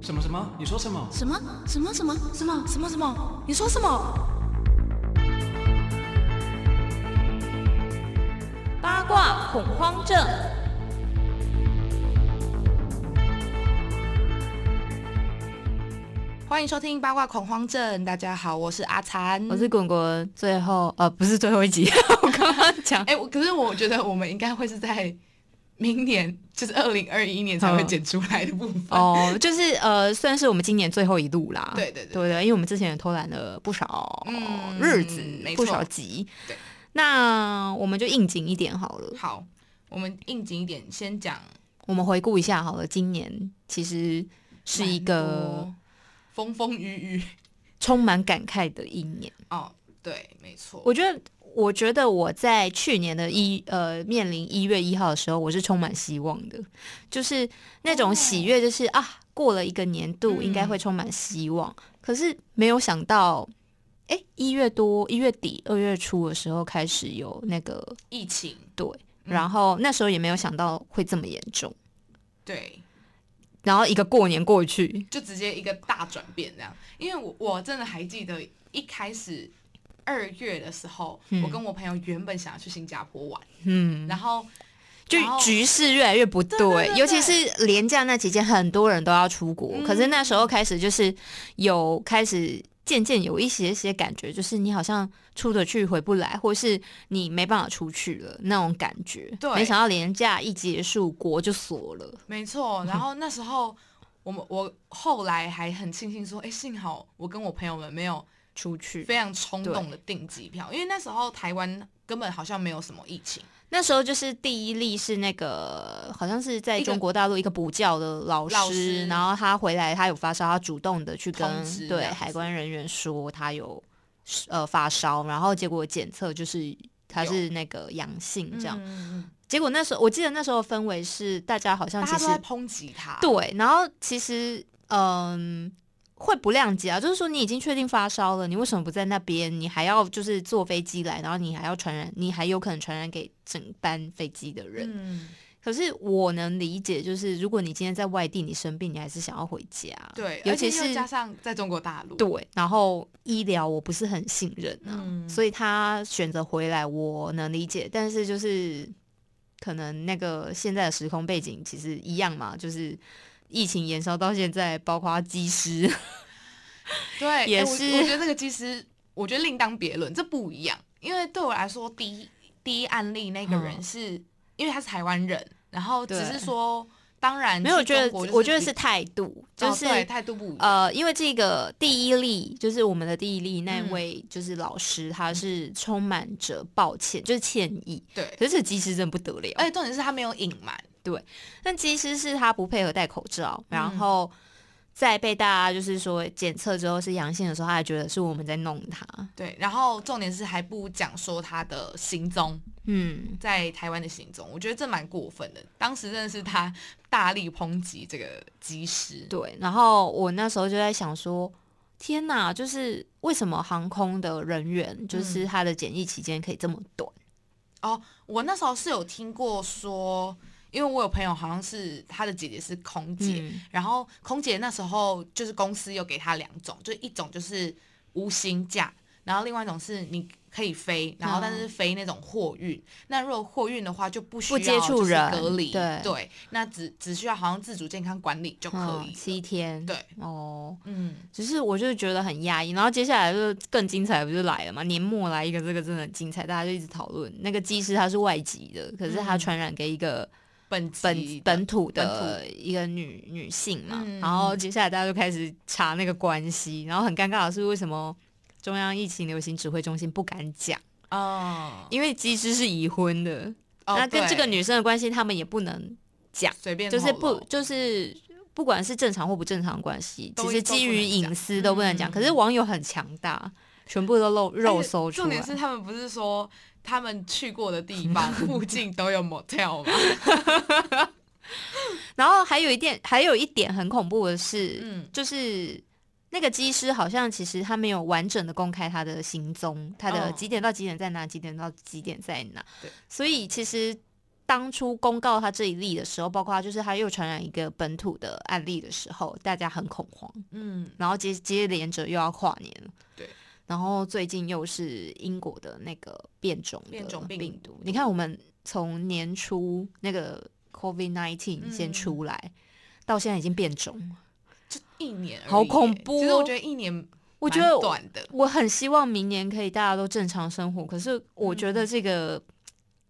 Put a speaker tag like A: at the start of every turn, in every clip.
A: 什么什么？你说什么？
B: 什么什么什么什么什么什么？你说什么？
C: 八卦恐慌症。
D: 欢迎收听八卦恐慌症。大家好，我是阿残，
E: 我是滚滚，最后呃不是最后一集， 我刚刚讲
D: 哎、我可是我觉得我们应该会是在明年，就是二零二一年才会剪出来的部分。
E: 哦，就是呃算是我们今年最后一路啦，
D: 对对对
E: 对对，因为我们之前也偷懒了不少
D: 嗯
E: 日子，
D: 没错
E: 不少集
D: 对，
E: 那我们就应景一点好了，
D: 好，我们应景一点，先讲
E: 我们回顾一下好了，今年其实是一
D: 蛮
E: 个
D: 多风风雨雨。
E: 充满感慨的一年。
D: 哦，对，没错。
E: 我觉得，我觉得我在去年的一呃面临一月一号的时候，我是充满希望的，就是那种喜悦，就是、啊，过了一个年度，
D: 嗯
E: 应该会充满希望。可是没有想到，哎，一月多、一月底、二月初的时候开始有那个
D: 疫情，
E: 对，
D: 嗯
E: 然后那时候也没有想到会这么严重。
D: 对，
E: 然后一个过年过去，
D: 就直接一个大转变这样。因为我我真的还记得一开始二月的时候，
E: 嗯
D: 我跟我朋友原本想要去新加坡玩，
E: 嗯，
D: 然后
E: 就
D: 然后
E: 局势越来越不对，
D: 哦对对对
E: 尤其是廉假那期间，很多人都要出国，
D: 嗯
E: 可是那时候开始就是有开始。渐渐有一些些感觉，就是你好像出得去回不来，或是你没办法出去了那种感觉。
D: 对
E: 没想到廉假一结束，国就锁了。
D: 没错，然后那时候我们我后来还很庆幸说，哎，幸好我跟我朋友们没有
E: 出去
D: 非常冲动的订机票，因为那时候台湾根本好像没有什么疫情，
E: 那时候就是第一例是那个，好像是在
D: 一个
E: 中国大陆一个补教的老师，
D: 老师
E: 然后他回来，他有发烧，他主动的去跟
D: 通知这
E: 对
D: 样子
E: 海关人员说他有呃发烧，然后结果检测就是他是那个阳性这样。
D: 嗯
E: 结果那时候我记得那时候氛围是大家好像
D: 大
E: 其
D: 家都
E: 实
D: 在抨击他，
E: 对，然后其实嗯。会不谅解啊，就是说你已经确定发烧了，你为什么不在那边？你还要就是坐飞机来，然后你还要传染，你还有可能传染给整班飞机的人。
D: 嗯，
E: 可是我能理解，就是如果你今天在外地，你生病，你还是想要回家，
D: 对，
E: 尤
D: 而且
E: 其是
D: 又加上在中国大陆，
E: 对。然后医疗我不是很信任啊，
D: 嗯
E: 所以他选择回来，我能理解。但是就是可能那个现在的时空背景其实一样嘛，就是。疫情延烧到现在，包括机师，
D: 对，哎
E: 也
D: 我
E: 是
D: 我觉得这个其实，我觉得另当别论，这不一样。因为对我来说，第一第一案例那个人
E: 嗯
D: 是、因为他是台湾人，然后只是
E: 对
D: 说，当然
E: 没有我
D: 去
E: 觉得
D: 中国就，
E: 我觉得
D: 比
E: 是态度，
D: 哦
E: 就是、
D: 对态度不一样。
E: 呃，因为这个第一例就是我们的第一例那位就是老师，他是充满着抱歉，就是歉意。
D: 对，
E: 可是这技师真的不得了，
D: 而且重点是他没有隐瞒，
E: 但技师是他不配合戴口罩，
D: 嗯
E: 然后在被大家就是说检测之后是阳性的时候，他还觉得是我们在弄他。
D: 对，然后重点是还不讲说他的行踪，
E: 嗯，
D: 在台湾的行踪，我觉得这蛮过分的。当时真的是他大力抨击这个机师，
E: 对。然后我那时候就在想说，天哪，就是为什么航空的人员
D: 嗯
E: 就是他的检疫期间可以这么短？
D: 我那时候是有听过说，因为我有朋友好像是他的姐姐是空姐，
E: 嗯
D: 然后空姐那时候就是公司有给她两种，就一种就是无薪假，然后另外一种是你可以飞，然后但是飞那种货运。那如果货运的话就不需要
E: 嗯不接触
D: 就是
E: 人
D: 隔离，
E: 对
D: 那只只需要好像自主健康管理就可
E: 嗯，
D: 以。
E: 七天。
D: 对，
E: 哦，
D: 嗯，
E: 只是我就觉得很压抑，然后接下来就是更精彩，不就来了嘛？年末来一个这个真的很精彩，大家就一直讨论那个技师他是外籍的，可是他
D: 嗯
E: 传染给一个
D: 本
E: 本、
D: 级的
E: 本土
D: 本
E: 的一个女女性嘛，
D: 嗯
E: 然后接下来大家就开始查那个关系，然后很尴尬的是为什么中央疫情流行指挥中心不敢讲，
D: 哦，
E: 因为技师是已婚的，
D: 哦
E: 那跟这个
D: 对
E: 女生的关系他们也不能讲。
D: 随便
E: 就
D: 透
E: 是
D: 露
E: 不就是不管是正常或不正常的关系，
D: 都
E: 其实基于隐私都不能讲。
D: 嗯
E: 可是网友很强大，全部都露肉搜出
D: 重点
E: 来。
D: 是他们不是说他们去过的地 方附近都有 motel 吗？
E: 然后还有一点，还有一点很恐怖的是，
D: 嗯
E: 就是。那个机师好像其实他没有完整的公开他的行踪，他的
D: 嗯
E: 几点到几点在哪，几点到几点在哪
D: 对，
E: 所以其实当初公告他这一例的时候，包括就是他又传染一个本土的案例的时候，大家很恐慌，
D: 嗯，
E: 然后接接连着又要跨年了，
D: 对，
E: 然后最近又是英国的那个变种的
D: 变种病
E: 病毒，你看我们从年初那个 COVID nineteen
D: 嗯
E: 先出来。到现在已经变种，
D: 就一年而已耶，
E: 好恐怖
D: 其实我
E: 哦
D: 觉得一年
E: 我觉
D: 蛮
E: 得
D: 短的，
E: 我很希望明年可以大家都正常生活，可是我觉
D: 嗯
E: 得这个、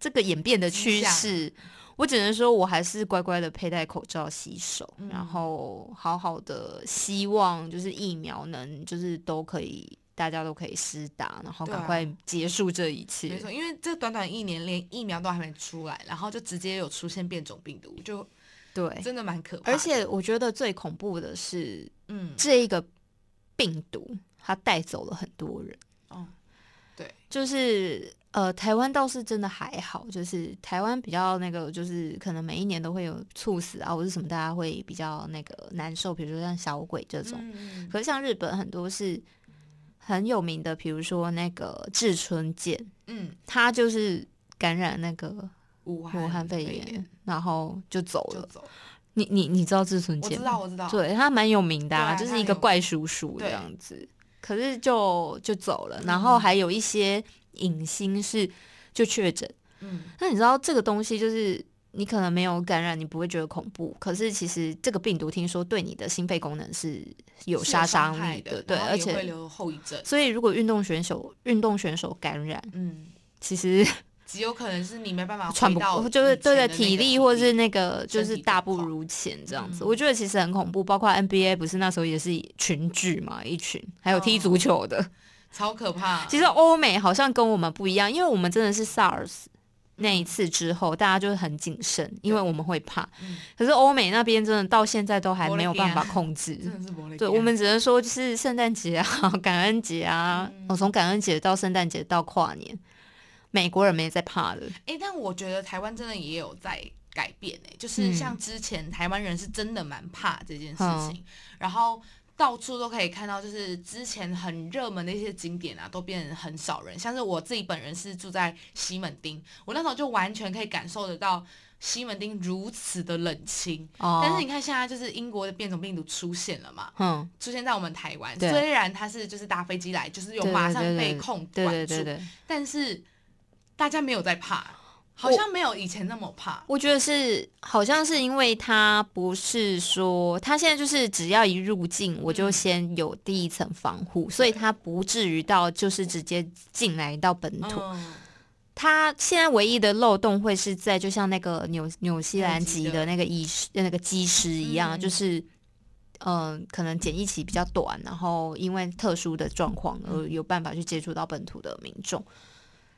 E: 这个演变的趋势，我只能说我还是乖乖的佩戴口罩、洗手，
D: 嗯
E: 然后好好的希望就是疫苗能就是都可以。大家都可以施打，然后
D: 对啊
E: 赶快结束这一切。
D: 没错，因为这短短一年，连疫苗都还没出来，然后就直接有出现变种病毒，就
E: 对，
D: 真的蛮可怕的。
E: 而且我觉得最恐怖的是，
D: 嗯，
E: 这一个病毒它带走了很多人。
D: 哦，对，
E: 就是呃，台湾倒是真的还好，就是台湾比较那个，就是可能每一年都会有猝死啊，或者什么，大家会比较那个难受，比如说像小鬼这种。
D: 嗯
E: 可是像日本很多是很有名的，比如说那个志村健，
D: 嗯，
E: 他就是感染那个
D: 武汉
E: 武汉肺
D: 肺
E: 炎，然后就走
D: 就
E: 了。
D: 走，
E: 你你你知道志村
D: 我
E: 健
D: 知
E: 吗？
D: 道，我知道，
E: 对他蛮有名的、啊，
D: 哦对啊
E: 就是
D: 他
E: 一个
D: 有
E: 怪叔叔这
D: 对
E: 样子。可是就就走了，然后还有一些影星是就确诊。
D: 嗯，
E: 那你知道这个东西就是你可能没有感染，你不会觉得恐怖，可是其实这个病毒听说对你的心肺功能是有
D: 是
E: 杀
D: 伤
E: 伤
D: 害
E: 力
D: 的，
E: 对，
D: 然后
E: 而
D: 也会
E: 且
D: 留后遗症，
E: 所以如果运动选手运动选手感染，
D: 嗯，
E: 其实
D: 极有可能是你没办法
E: 喘
D: 回
E: 不
D: 到
E: 过，就是
D: 以前
E: 对
D: 的
E: 对，
D: 那
E: 体
D: 个
E: 力或是那个就
D: 身
E: 是
D: 体
E: 大
D: 状
E: 不
D: 况
E: 如前这样子，
D: 嗯
E: 我觉得其实很恐怖。包括 NBA 不是那时候也是群聚嘛，一群，还有踢
D: 嗯
E: 足球的。
D: 超可怕，
E: 其实欧美好像跟我们不一样，因为我们真的是 SARS 那一次之后，大家就是很谨慎，因为我们会怕
D: 嗯。
E: 可是欧美那边真的到现在都还
D: 我的
E: 没有
D: 天
E: 办
D: 啊
E: 法控制。
D: 真的是魔力
E: 对，
D: 感
E: 我们只能说就是圣诞节啊、感恩节啊，
D: 嗯
E: 哦，从感恩节到圣诞节到跨年，美国人没在怕的。
D: 哎、但我觉得台湾真的也有在改变哎、就是
E: 嗯
D: 像之前台湾人是真的蛮怕这件事
E: 嗯
D: 情，然后到处都可以看到，就是之前很热门的一些景点啊，都变得很少人。像是我自己本人是住在西门町，我那时候就完全可以感受得到西门町如此的冷清。
E: 哦，
D: 但是你看，现在就是英国的变种病毒出现了嘛，
E: 嗯，
D: 出现在我们台湾。
E: 对
D: 虽然它是就是搭飞机来，就是有
E: 对
D: 马
E: 对
D: 上
E: 对
D: 被
E: 对
D: 控
E: 对
D: 管住，
E: 对对对，
D: 但是大家没有在怕，好像没有以前那么怕。
E: 我觉得是好像是因为他不是说他现在就是只要一入境我就先有第一层防
D: 嗯
E: 护，所以他不至于到就是直接进来到本土。
D: 嗯，
E: 他现在唯一的漏洞会是在就像那个纽纽西兰籍的那个医师那个技师一样，
D: 嗯
E: 就是。嗯、可能检疫期比较短，然后因为特殊的状况
D: 嗯
E: 而有办法去接触到本土的民众，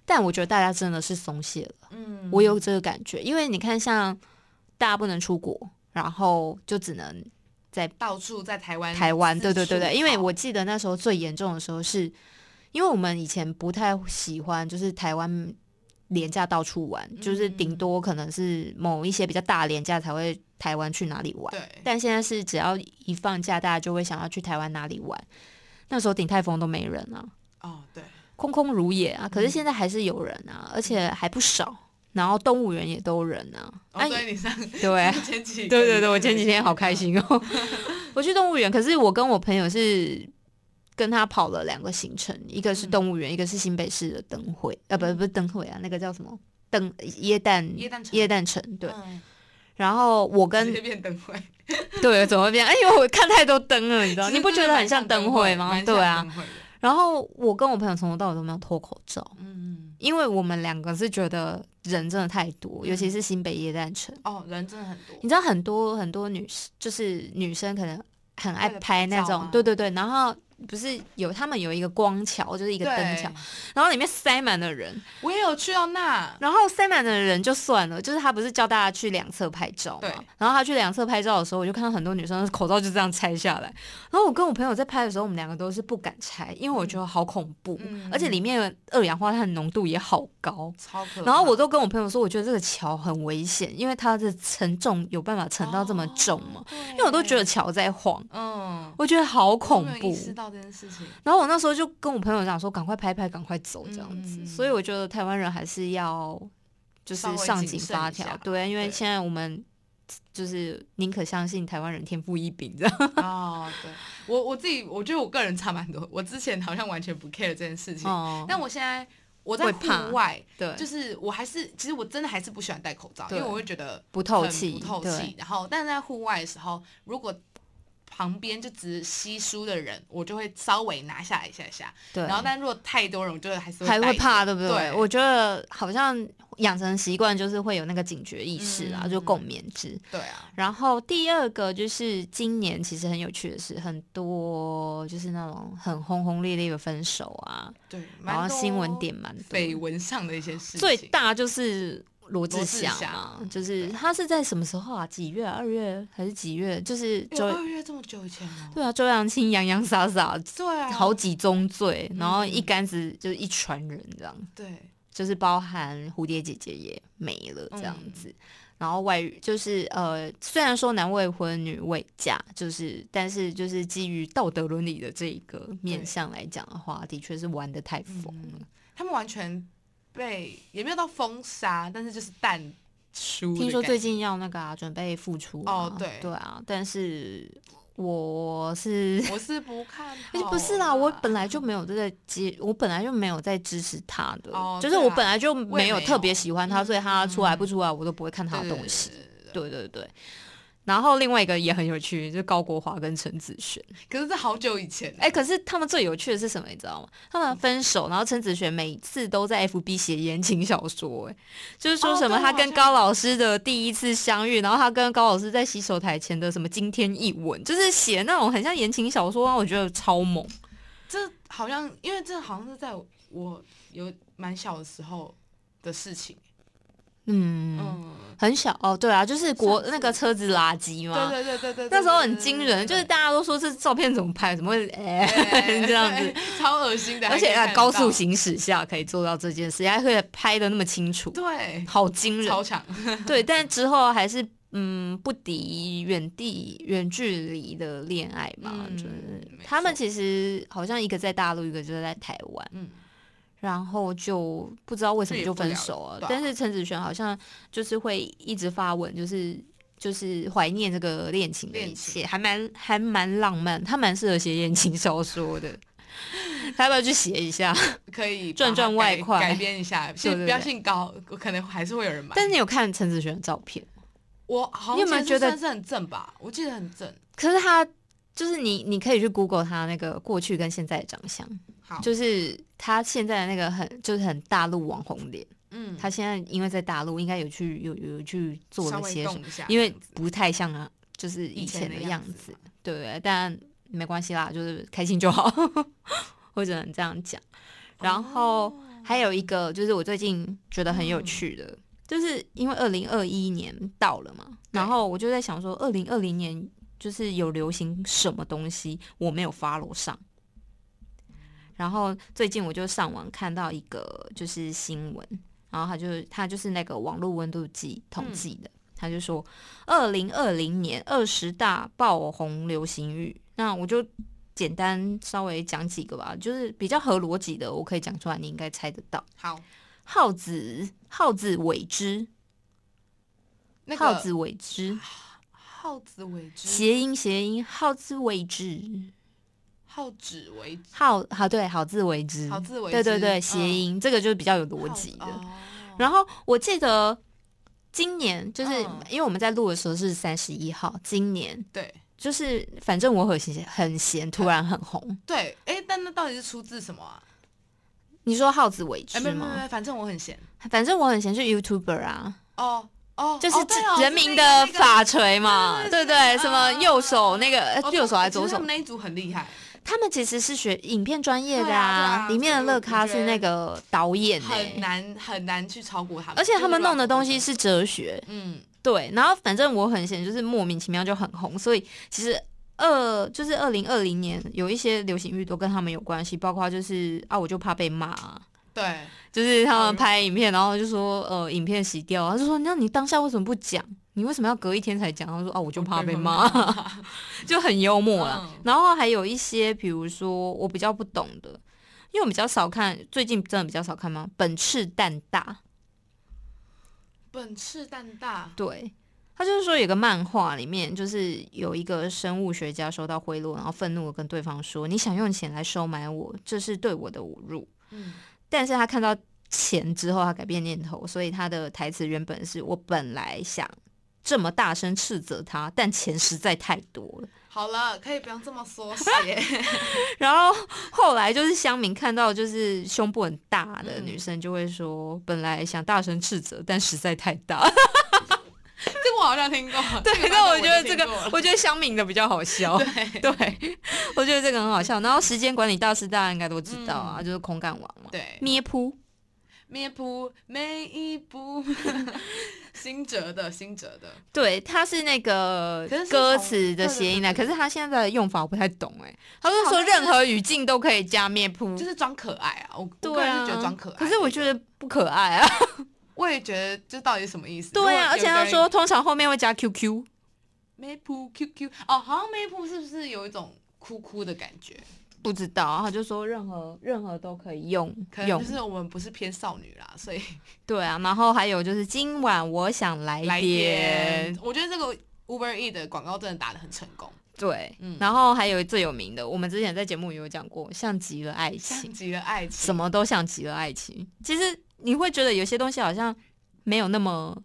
E: 但我觉得大家真的是松懈了。
D: 嗯
E: 我有这个感觉，因为你看，像大家不能出国，然后就只能
D: 到处在台湾，
E: 台湾。对对对
D: 嗯四
E: 对，
D: 处
E: 因为我记得那时候最严重的时候是，因为我们以前不太喜欢，就是台湾廉价到处玩，就是顶
D: 嗯
E: 多可能是某一些比较大廉价才会台湾去哪里玩
D: 跑。对，
E: 但现在是只要一放假，大家就会想要去台湾哪里玩。那时候鼎泰丰都没人啊，
D: 哦对，
E: 空空如也啊，
D: 嗯
E: 可是现在还是有人啊，而且还不少。然后动物园也都有人啊，
D: 哦
E: 哎
D: 对，你上
E: 对啊
D: 前几 嗯
E: 对对对，我前几天好开心哦， 我去动物园，可是我跟我朋友是跟他跑了两个行程，一个是动物园，一个是新北市的灯会，呃，不不是灯会啊，那个叫什么灯椰蛋
D: 椰蛋城
E: 椰蛋城对。
D: 嗯
E: 然后我
D: 直
E: 跟
D: 接变灯会，
E: 对怎么会变？哎因为我看太多灯了，你知道，
D: 其实
E: 啊你不觉
D: 真
E: 得
D: 的
E: 很
D: 蛮
E: 像
D: 像
E: 灯会
D: 会
E: 吗？
D: 蛮
E: 对
D: 像
E: 啊
D: 灯。会的，
E: 然后我跟我朋友从头到尾都没有脱口罩，
D: 嗯，
E: 因为我们两个是觉得人真的太多，尤其是新北椰蛋城。
D: 哦，人真的很多
E: 你，知道很多很多女就是女生可能很爱
D: 为了
E: 拍
D: 拍
E: 那
D: 照
E: 种
D: 吗，
E: 对对对，然后不是有他们有一个光桥，就是一个灯桥
D: 对，，
E: 然后里面塞满了人，
D: 我也有去到那，
E: 然后塞满了人就算了，就是他不是叫大家去两侧拍照嘛
D: 对，
E: 然后他去两侧拍照的时候，我就看到很多女生口罩就这样拆下来，然后我跟我朋友在拍的时候，我们两个都是不敢拆，因为我觉得好恐怖，
D: 嗯
E: 而且里面二氧化碳的浓度也好高。
D: 超可怕，
E: 然后我都跟我朋友说，我觉得这个桥很危险，因为它的承重有办法承到这么重
D: 哦，
E: 吗？
D: 因
E: 因为我都觉得，桥在晃，
D: 嗯，
E: 我觉得好恐
D: 我都没有
E: 怖
D: 意。识到这件事情，
E: 然后我那时候就跟我朋友讲说，赶快拍拍，赶快走这样子。
D: 嗯
E: 所以我觉得台湾人还是要就是
D: 稍微
E: 上
D: 谨
E: 紧
D: 慎
E: 发
D: 一下
E: 条，对，因为
D: 对
E: 现在我们就是宁可相信台湾人天赋异禀， 这样。
D: 哦，对我我自己，我觉得我个人差蛮多。我之前好像完全不 care 这件事情，
E: 哦，
D: 但我现在我在
E: 会怕
D: 户外，
E: 对，
D: 就是我还是其实我真的还是不喜欢戴口罩，因
E: 对
D: 为我会觉得
E: 不透
D: 很
E: 气，
D: 不透
E: 对
D: 气。然后，但是在户外的时候，如果旁边就只稀疏的人，我就会稍微拿下来一下下。
E: 对。
D: 然后，但如果太多人，我就还是
E: 还
D: 会
E: 会
D: 戴
E: 怕，
D: 着
E: 对不对？
D: 对，
E: 我觉得好像养成习惯就是会有那个警觉意识啊，
D: 嗯
E: 就共勉之。
D: 对啊，
E: 然后第二个就是今年其实很有趣的是，很多就是那种很轰轰烈烈的分手啊，
D: 对，
E: 然后
D: 蛮多
E: 新闻点蛮多
D: 绯闻上的一些事情，
E: 最大就是罗志
D: 罗志
E: 祥啊，
D: 祥
E: 就是他是在什么时候啊？几月啊、二月还是几月？就是周
D: 有二月这么久以前吗？
E: 对啊，周扬青 洋洋洒洒
D: 对啊，
E: 好几宗罪，然后一
D: 嗯
E: 竿子就是一船人这样。
D: 对，
E: 就是包含蝴蝶姐姐也没了这样
D: 嗯
E: 子，然后外遇就是呃，虽然说男未婚女未嫁，就是但是就是基于道德伦理的这一个面向来讲的话，的确是玩的太疯
D: 嗯
E: 了。
D: 他们完全被也没有到封杀，但是就是淡出的感觉。
E: 听说最近要那个啊，准备复出啊
D: 哦对
E: 对啊，但是我 是。
D: 我是不看好，
E: 而且哎不是啦，我本来就没有在接，我本来就没有在支持他的，
D: 哦
E: 就是
D: 对
E: 我
D: 啦
E: 本来就
D: 我也
E: 没有
D: 没
E: 特
D: 有
E: 别喜欢他，所以他出来不出来我都不会看他
D: 对对
E: 的东
D: 对
E: 西。
D: 对对对
E: 对对对。然后另外一个也很有趣，就是高国华跟陈子璇。
D: 可是这好久以前了，
E: 哎、可是他们最有趣的是什么？你知道吗？他们分手，然后陈子璇每次都在 FB 写言情小说、哎，就是说
D: 哦
E: 什么
D: 对我
E: 他跟
D: 好像
E: 高老师的第一次相遇，然后他跟高老师在洗手台前的什么惊天一吻，就是写那种很像言情小说，让我觉得超猛。
D: 这好像因为这好像是在我有蛮小的时候的事情。
E: 嗯，
D: 嗯，
E: 很小哦，对啊，就是国
D: 上次
E: 那个车子垃圾嘛，
D: 嗯对对对对对，
E: 那时候很惊人，就是
D: 对
E: 大家都说这照片怎么拍，怎么会哎、
D: 对对
E: 这样子，
D: 超恶心的，
E: 而且
D: 还可
E: 在
D: 以看得到
E: 高速，行驶下可以做到这件事，还可以拍的那么清楚，
D: 对，
E: 好惊人
D: 超。强，
E: 对，但之后还是嗯不敌远地远距离的恋爱吧，
D: 嗯
E: 就是
D: 没
E: 他们
D: 错
E: 其实好像一个在大陆，一个就是在台湾，
D: 嗯，
E: 然后就不知道为什么
D: 这也
E: 就
D: 不
E: 分
D: 了
E: 手了。
D: 对啊
E: 但是陈子璇好像就是会一直发文，就是。就是怀念这个恋情的一
D: 恋情
E: 切，还蛮还蛮浪漫，他蛮适合写言情小说的， 他要不要去写一下？
D: 可以
E: 赚
D: 把它
E: 赚外
D: 改
E: 快
D: 改编一 下，
E: 对
D: 先
E: 对
D: 不要
E: 对
D: 姓高，我可能还是会有人买。
E: 但是你有看陈子璇的照片吗，
D: 我好
E: 你有
D: 像
E: 没有
D: 记
E: 觉得
D: 算是很正吧？我记得很正。
E: 可是他就是你，你可以去 Google 他那个过去跟现在的长相，
D: 好，
E: 就是他现在的那个很就是很大陆网红脸，
D: 嗯，
E: 他现在因为在大陆应该有去有有有去做
D: 稍
E: 了
D: 微
E: 些什么
D: 动，一下，
E: 因为
D: 这样子
E: 不太像啊，就是以
D: 以
E: 前
D: 前
E: 的
D: 的
E: 样
D: 样
E: 子
D: 子，
E: 对不对？但没关系啦，就是开心就好， 我只能这样讲。然后
D: 哦
E: 还有一个就是我最近觉得很有
D: 嗯
E: 趣的，就是因为二零二一年到了嘛，
D: 对
E: 然后我就在想说，二零二零年就是有流行什么东西我没有 follow 上。然后最近我就上网看到一个就是新闻，然后他就他就是那个网络温度计统计的，他就说二零二零年二十大爆红流行语，那我就简单稍微讲几个吧，就是比较合逻辑的，我可以讲出来，你应该猜得到。
D: 好，
E: 耗子，耗子尾汁，
D: 那个啊
E: 耗子尾汁，
D: 耗子为之，
E: 谐音谐音，耗子尾汁，
D: 耗子为之，
E: 耗好对，好字为之，
D: 好字为
E: 对对
D: 之
E: 对，
D: 嗯
E: 谐音、这个就是比较有逻辑的。
D: 耗哦
E: 然后我记得今年就是、
D: 嗯
E: 因为我们在录的时候是三十一号，今年
D: 对
E: 就是反正我很闲很闲，突然很红。
D: 对，哎，但那到底是出自什么啊？
E: 你说耗子尾汁
D: 哎，没有没有没
E: 吗？
D: 有，反正我很闲。
E: 反正我很闲是 YouTuber 啊，
D: 哦哦，
E: 就是
D: 哦对哦
E: 人
D: 是
E: 民
D: 那
E: 的
D: 个那个
E: 法锤嘛，
D: 对
E: 对
D: 对
E: 不
D: 对
E: 对？
D: 嗯
E: 什么右手那个，
D: 哦
E: 呃右手还是
D: 其实
E: 左手
D: 他们？那一组很厉害，
E: 他们其实是学影片专业的
D: 对啊对啊
E: 里面的乐咖
D: 所以
E: 是
D: 我觉得
E: 那个导演
D: 很
E: 欸，
D: 难很难去超过他们，
E: 而且他们弄的东西
D: 就是
E: 哲学，
D: 乱嗯
E: 对。然后反正我很闲，就是莫名其妙就很红，所以其实。二就是二零二零年有一些流行语都跟他们有关系，包括就是啊，我就怕被骂、啊，
D: 对
E: 就是他们拍影片，然后就说呃，影片洗掉啊，他就说那你当下为什么不讲？你为什么要隔一天才讲？他说啊，我就怕被骂， 就很幽默啦。
D: 嗯
E: 然后还有一些，比如说我比较不懂的，因为我比较少看，最近真的比较少看吗？本赤蛋大，
D: 本赤蛋大，
E: 对，他就是说有个漫画里面，就是有一个生物学家收到贿赂，然后愤怒的跟对方说：“你想用钱来收买我，这是对我的侮辱。
D: 嗯，”
E: 但是他看到钱之后，他改变念头，所以他的台词原本是我本来想这么大声斥责他，但钱实在太多了。
D: 好了，可以不用这么缩写。
E: 然后后来就是乡民看到就是胸部很大的女生，就会说：“本来想大声斥责，但实在太大。”
D: 这个我好像听 过，这
E: 对，
D: 个
E: 但
D: 版
E: 我
D: 本
E: 觉得
D: 就
E: 这
D: 听
E: 个
D: 过了，
E: 我觉得香敏的比较好笑。 对，我觉得这个很好笑。然后时间管理大师大家应该都知道啊，就是空干王嘛，
D: 对
E: 咩扑。
D: 咩噗每一步， 新哲的新哲的，
E: 对，他是那个
D: 可是是
E: 歌
D: 从
E: 词
D: 对
E: 的
D: 对
E: 谐音来，啊可
D: 对
E: 是他现在的用法我不太懂哎、他就
D: 好
E: 说
D: 像
E: 任何语境都可以加咩 扑，
D: 就是装可爱啊。我我个
E: 对
D: 人
E: 啊，
D: 是觉得装可爱，
E: 可是我觉得不可爱啊。
D: 我也觉得这到底是什么意思？
E: 对啊，而
D: 如
E: 且
D: 果有个
E: 他
D: 人
E: 说通常后面会加 QQ，
D: Maple QQ 哦，好像 Maple 是不是有一种哭哭的感觉？
E: 不知道，他就说任何任何都可以用
D: 可能
E: 用
D: 就。是我们不是偏少女啦，所以
E: 对啊，然后还有就是今晚我想来
D: 来
E: 点
D: 点。我觉得这个 Uber E 的广告真的打得很成功，
E: 对，
D: 嗯
E: 然后还有最有名的，我们之前在节目也有讲过，像极了爱情
D: 像，极了爱情。
E: 什么都像极了爱情。其实你会觉得有些东西好像没有那么，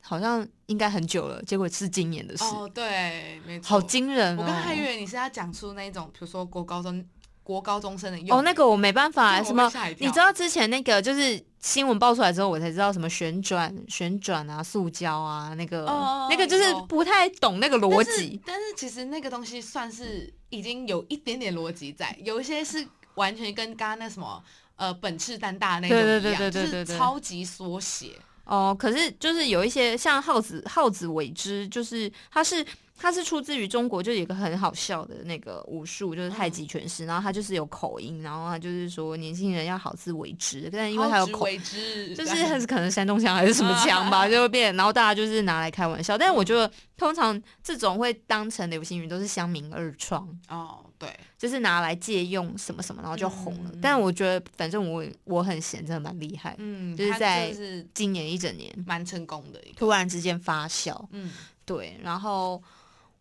E: 好像应该很久了，结果是今年的事，
D: 哦，对，没错。
E: 好惊人哦！
D: 我刚才还以为你是要讲出那一种，比如说国高中国高中生的用
E: 哦，那个我没办法，
D: 这个我
E: 什么
D: 会吓一跳
E: 你知道之前那个就是新闻爆出来之后，我才知道什么旋转、旋转啊、塑胶啊，那个、
D: 哦
E: 那个就是
D: 有
E: 不太懂那个
D: 但
E: 逻
D: 是
E: 辑。
D: 但是其实那个东西算是已经有一点点逻辑在，有一些是完全跟刚刚那什么呃本质蛋大的那种一
E: 对
D: 样，
E: 对对对对
D: 就
E: 对对
D: 是超级缩写。
E: 哦，可是就是有一些像耗子耗子尾汁，就是它是它是出自于中国，就有一个很好笑的那个武术，就是
D: 嗯
E: 太极拳师，然后他就是有口音，然后他就是说年轻人要好自为之，但因为他有
D: 好
E: 口
D: 直。为之，啊
E: 就是很可能山东腔还是什么 腔吧，就会变，然后大家就是拿来开玩笑。但
D: 嗯
E: 是我觉得，通常这种会当成流行语都是乡民二创，
D: 哦，对，
E: 就是拿来借用什么什么，然后就红了。
D: 嗯
E: 但我觉得，反正我我很闲，真的蛮厉害。
D: 嗯，
E: 就是
D: 他
E: 在
D: 就是
E: 今年一整年，
D: 蛮成功的一个，
E: 突然之间发酵，
D: 嗯，
E: 对，然后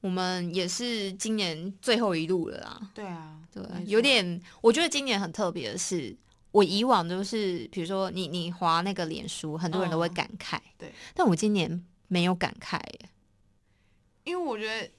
E: 我们也是今年最后一路了啦，
D: 对啊，
E: 对
D: 没，错
E: 有点，我觉得今年很特别的是，我以往都是，比如说你你划那个脸书，很多人都会
D: 嗯
E: 感慨，
D: 对，
E: 但我今年没有感慨耶，
D: 因为我觉得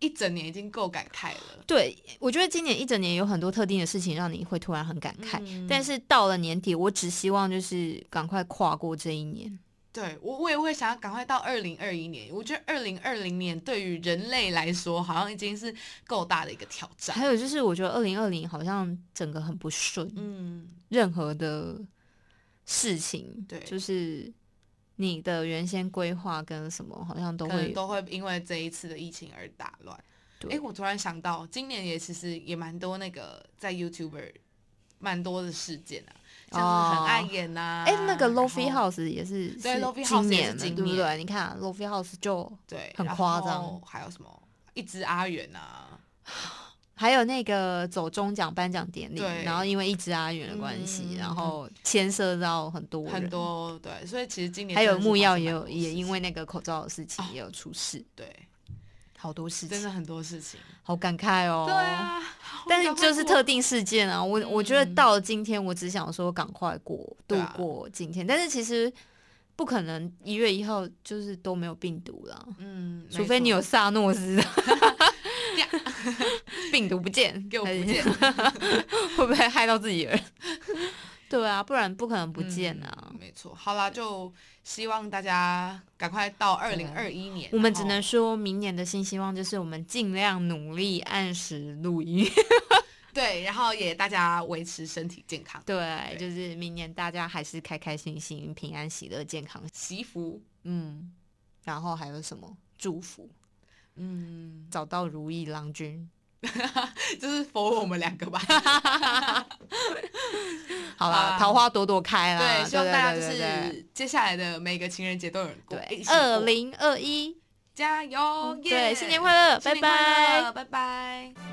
D: 一整年已经够感慨了，
E: 对我觉得今年一整年有很多特定的事情让你会突然很感慨，
D: 嗯
E: 但是到了年底，我只希望就是赶快跨过这一年，
D: 对我我也会想要赶快到二零二一年，我觉得二零二零年对于人类来说好像已经是够大的一个挑战，
E: 还有就是我觉得二零二零好像整个很不顺，
D: 嗯，
E: 任何的事情，
D: 对
E: 就是你的原先规划跟什么好像都
D: 可
E: 会
D: 能
E: 有
D: 都会因为这一次的疫情而打乱。
E: 对
D: 哎，我突然想到，今年也其实也蛮多那个在 YouTuber 蛮多的事件啊，像是很爱演呐、啊，
E: 哎、哦那个
D: 然后
E: LoFi House 也是
D: 对
E: 是
D: Lo-fi
E: 今
D: House 也
E: 年
D: 是
E: 嘛，
D: 今
E: 对不
D: 年
E: 对？你看啊 LoFi House 就
D: 对，
E: 很
D: 然
E: 夸张
D: 后还有什么一只阿元啊，
E: 还有那个走中奖颁奖典礼，
D: 对
E: 然后因为一直阿远的关系，
D: 嗯
E: 然后牵涉到很多人
D: 很，多对，所以其实今年
E: 还有
D: 真的是
E: 木曜
D: 发生
E: 也
D: 蛮
E: 有
D: 多
E: 也
D: 事
E: 因
D: 情
E: 为那个口罩的事情
D: 哦
E: 也有出事，
D: 对，
E: 好多事
D: 真的
E: 情，
D: 很多事情，
E: 好感慨哦。
D: 对。 啊，
E: 但是就是特
D: 定
E: 定事件啊，我我觉得到了今天，我只想说赶快过度
D: 嗯对啊
E: 过今天，但是其实不可能一月一号就是都没有病毒啦，
D: 嗯，
E: 除非你有
D: 没错
E: 萨诺斯 病毒不见，
D: 给我不
E: 还是
D: 见
E: 会不会害到自己人？ 对啊，不然不可能不见啊。
D: 嗯没错。好啦，就希望大家赶快到二零二一年，
E: 我们
D: 然
E: 只
D: 后
E: 能说明年的新希望就是我们尽量努力按时录音。
D: 对，然后也大家维持身体健康，
E: 对，
D: 对
E: 就是明年大家还是开开心心、平安、喜乐、健康。
D: 祈福，
E: 嗯，然后还有什么祝福？
D: 嗯，
E: 找到如意郎君。
D: 就是佛我们两个 吧。
E: 好啦，
D: 啊
E: 桃花朵朵开啦。
D: 对，希望
E: 啊对
D: 大家就
E: 对对对
D: 是接下来的每个情人节都有人过，一
E: 对
D: 起过
E: 二零二一。
D: 哦加油，耶
E: 对，新年快乐，
D: 新年
E: 拜
D: 快
E: 拜
D: 乐，拜拜。